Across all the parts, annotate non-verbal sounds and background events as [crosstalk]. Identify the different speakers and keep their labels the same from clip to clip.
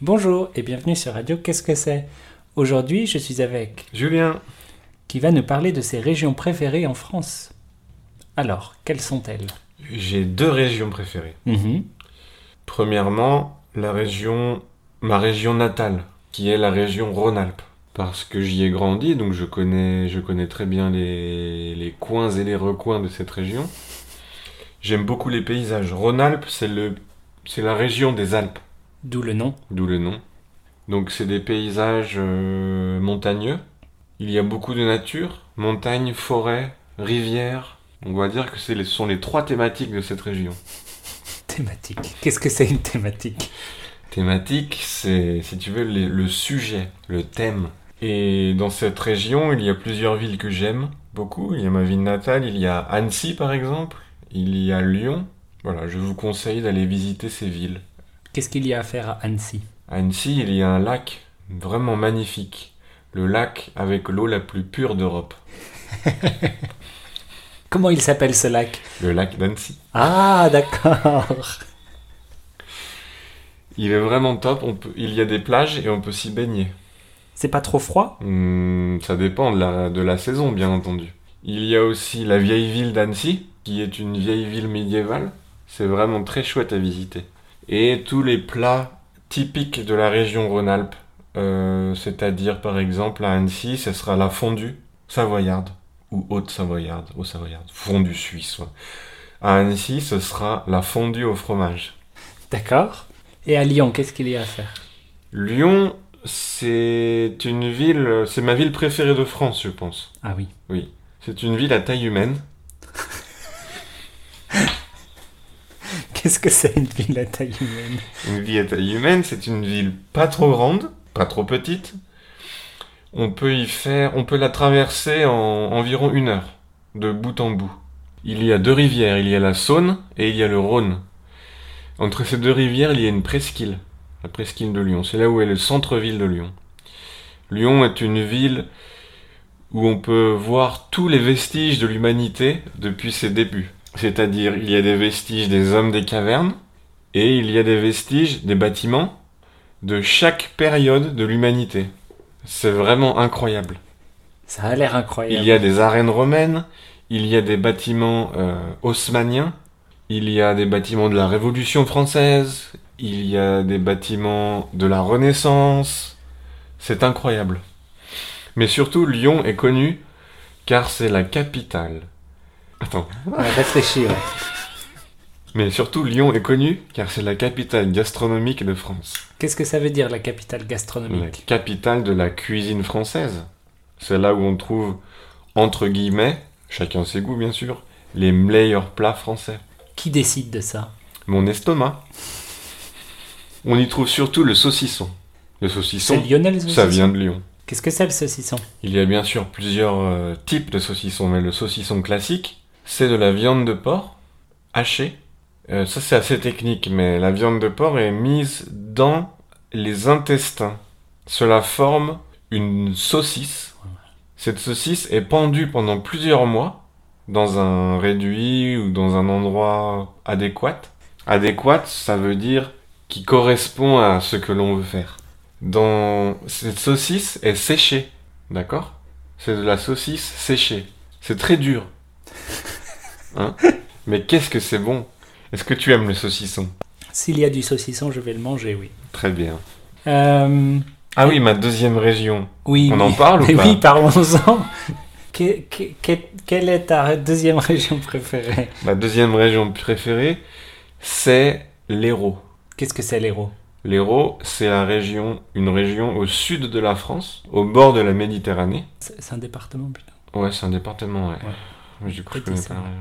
Speaker 1: Bonjour et bienvenue sur Radio Qu'est-ce que c'est Aujourd'hui, je suis avec
Speaker 2: Julien,
Speaker 1: qui va nous parler de ses régions préférées en France. Alors, quelles sont-elles
Speaker 2: j'ai deux régions préférées. Premièrement, la région, ma région natale, qui est la région Rhône-Alpes. Parce que j'y ai grandi, donc je connais, je connais très bien les, les coins et les recoins de cette région. J'aime beaucoup les paysages. Rhône-Alpes, c'est le, c'est la région des Alpes,
Speaker 1: D'où le nom.
Speaker 2: d'où le nom. Donc c'est des paysages euh, montagneux. Il y a beaucoup de nature, montagne, forêt, rivière. On va dire que c'est les- ce sont les trois thématiques de cette région.
Speaker 1: Thématique. Qu'est-ce que c'est une thématique
Speaker 2: Thématique, c'est, si tu veux, les- le sujet, le thème. Et dans cette région, il y a plusieurs villes que j'aime beaucoup. Il y a ma ville natale, il y a Annecy par exemple, il y a Lyon. Voilà, je vous conseille d'aller visiter ces villes.
Speaker 1: Qu'est-ce qu'il y a à faire à Annecy
Speaker 2: À Annecy, il y a un lac vraiment magnifique. Le lac avec l'eau la plus pure d'Europe.
Speaker 1: Comment il s'appelle ce lac
Speaker 2: Le lac d'Annecy.
Speaker 1: Ah, d'accord.
Speaker 2: Il est vraiment top. On peut- il y a des plages et on peut s'y baigner.
Speaker 1: C'est pas trop froid
Speaker 2: Hmm, ça dépend de la, de la saison, bien entendu. Il y a aussi la vieille ville d'Annecy, qui est une vieille ville médiévale. C'est vraiment très chouette à visiter. Et tous les plats typiques de la région Rhône-Alpes. Euh, C'est-à-dire, par exemple, à Annecy, ce sera la fondue savoyarde, ou haute savoyarde, haute savoyarde, fondue suisse. ouais. À Annecy, ce sera la fondue au fromage.
Speaker 1: D'accord. Et à Lyon, qu'est-ce qu'il y a à faire
Speaker 2: Lyon, c'est une ville, c'est ma ville préférée de France, je pense.
Speaker 1: Ah oui.
Speaker 2: C'est une ville à taille humaine.
Speaker 1: Qu'est-ce que c'est une ville à taille humaine
Speaker 2: Une ville à taille humaine, c'est une ville pas trop grande, pas trop petite. On peut y faire, on peut la traverser en environ une heure, de bout en bout. Il y a deux rivières, il y a la Saône et il y a le Rhône. Entre ces deux rivières, il y a une presqu'île, la presqu'île de Lyon. C'est là où est le centre-ville de Lyon. Lyon est une ville où on peut voir tous les vestiges de l'humanité depuis ses débuts. C'est-à-dire, il y a des vestiges des hommes des cavernes, et il y a des vestiges, des bâtiments de chaque période de l'humanité. C'est vraiment incroyable.
Speaker 1: Ça a l'air
Speaker 2: Il
Speaker 1: incroyable.
Speaker 2: y a des arènes romaines, il y a des bâtiments euh, haussmanniens, il y a des bâtiments de la Révolution française, il y a des bâtiments de la Renaissance. C'est incroyable. Mais surtout, Lyon est connu car c'est la capitale. Attends.
Speaker 1: On va réfléchir.
Speaker 2: Mais surtout, Lyon est connu car c'est la capitale gastronomique de France.
Speaker 1: Qu'est-ce que ça veut dire la capitale
Speaker 2: la
Speaker 1: gastronomique
Speaker 2: capitale de la cuisine française. C'est là où on trouve, entre guillemets, chacun ses goûts bien sûr, les meilleurs plats français.
Speaker 1: Qui décide de ça
Speaker 2: Mon estomac. On y trouve surtout le saucisson. Le
Speaker 1: C'est
Speaker 2: saucisson,
Speaker 1: Lionel Saucisson
Speaker 2: ça vient de Lyon.
Speaker 1: Qu'est-ce que c'est le saucisson
Speaker 2: Il y a bien sûr plusieurs euh, types de saucissons, mais le saucisson classique, c'est de la viande de porc hachée. Euh, ça c'est assez technique, mais la viande de porc est mise dans les intestins. Cela forme une saucisse. Cette saucisse est pendue pendant plusieurs mois dans un réduit ou dans un endroit adéquat. Adéquat, ça veut dire qui correspond à ce que l'on veut faire. Dans cette saucisse est séchée. D'accord C'est de la saucisse séchée. C'est
Speaker 1: [laughs]
Speaker 2: très dur. Hein Mais qu'est-ce que c'est bon Est-ce que tu aimes le saucisson
Speaker 1: S'il y a du saucisson, je vais le manger, oui.
Speaker 2: Très bien.
Speaker 1: Euh,
Speaker 2: Ah oui, ma deuxième région.
Speaker 1: oui
Speaker 2: On
Speaker 1: oui.
Speaker 2: en parle ou
Speaker 1: Mais
Speaker 2: pas
Speaker 1: [laughs] oui, parlons-en. Que- que- que- quelle est ta deuxième [laughs] région préférée
Speaker 2: Ma deuxième région préférée, c'est l'Hérault.
Speaker 1: Qu'est-ce que c'est l'Hérault
Speaker 2: L'Hérault, c'est la région, une région au sud de la France, au bord de la Méditerranée.
Speaker 1: C'est c'est un département, putain.
Speaker 2: Ouais, c'est un département, ouais. Mais Du coup, je
Speaker 1: Petit,
Speaker 2: connais
Speaker 1: ça.
Speaker 2: pas la région.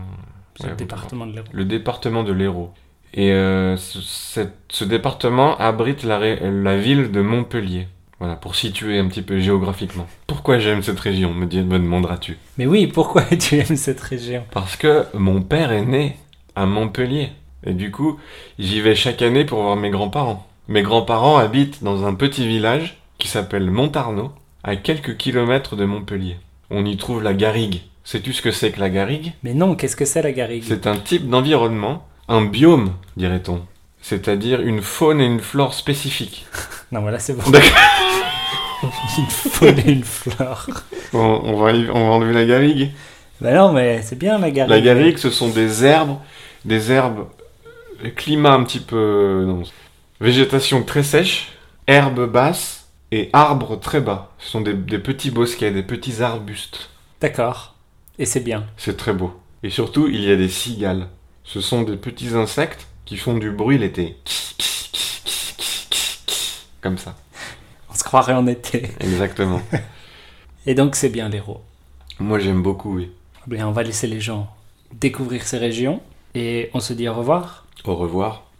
Speaker 1: C'est le
Speaker 2: Ouais,
Speaker 1: département de l'Hérault.
Speaker 2: le département de l'Hérault. Et euh, ce, cette- ce département abrite la, ré- la ville de Montpellier. Voilà, pour situer un petit peu géographiquement. Pourquoi j'aime cette région, me, dis- me demanderas-tu
Speaker 1: Mais oui, pourquoi [laughs] tu aimes cette région
Speaker 2: Parce que mon père est né à Montpellier. Et du coup, j'y vais chaque année pour voir mes grands-parents. Mes grands-parents habitent dans un petit village qui s'appelle Montarnaud, à quelques kilomètres de Montpellier. On y trouve la garrigue. Sais-tu ce que c'est que la garrigue
Speaker 1: Mais non, qu'est-ce que c'est la garrigue
Speaker 2: c'est un type d'environnement, un biome, dirait-on, c'est-à-dire une faune et une flore spécifiques.
Speaker 1: Non, voilà, c'est bon.
Speaker 2: D'accord.
Speaker 1: [laughs] Une faune et une flore.
Speaker 2: Bon, on va, y- on va enlever la garrigue.
Speaker 1: Bah non, mais c'est bien la garrigue.
Speaker 2: La garrigue, ce sont des herbes, des herbes, euh, climat un petit peu. euh, Non. Végétation très sèche, herbes basses et arbres très bas. Ce sont des, des petits bosquets, des petits arbustes.
Speaker 1: D'accord. Et c'est bien.
Speaker 2: C'est très beau. Et surtout, il y a des cigales. Ce sont des petits insectes qui font du bruit l'été. Comme ça.
Speaker 1: On se croirait en été.
Speaker 2: Exactement.
Speaker 1: Et donc, c'est bien l'héros.
Speaker 2: Moi, j'aime beaucoup, oui.
Speaker 1: Eh Bien, on va laisser les gens découvrir ces régions et on se dit au revoir.
Speaker 2: Au revoir.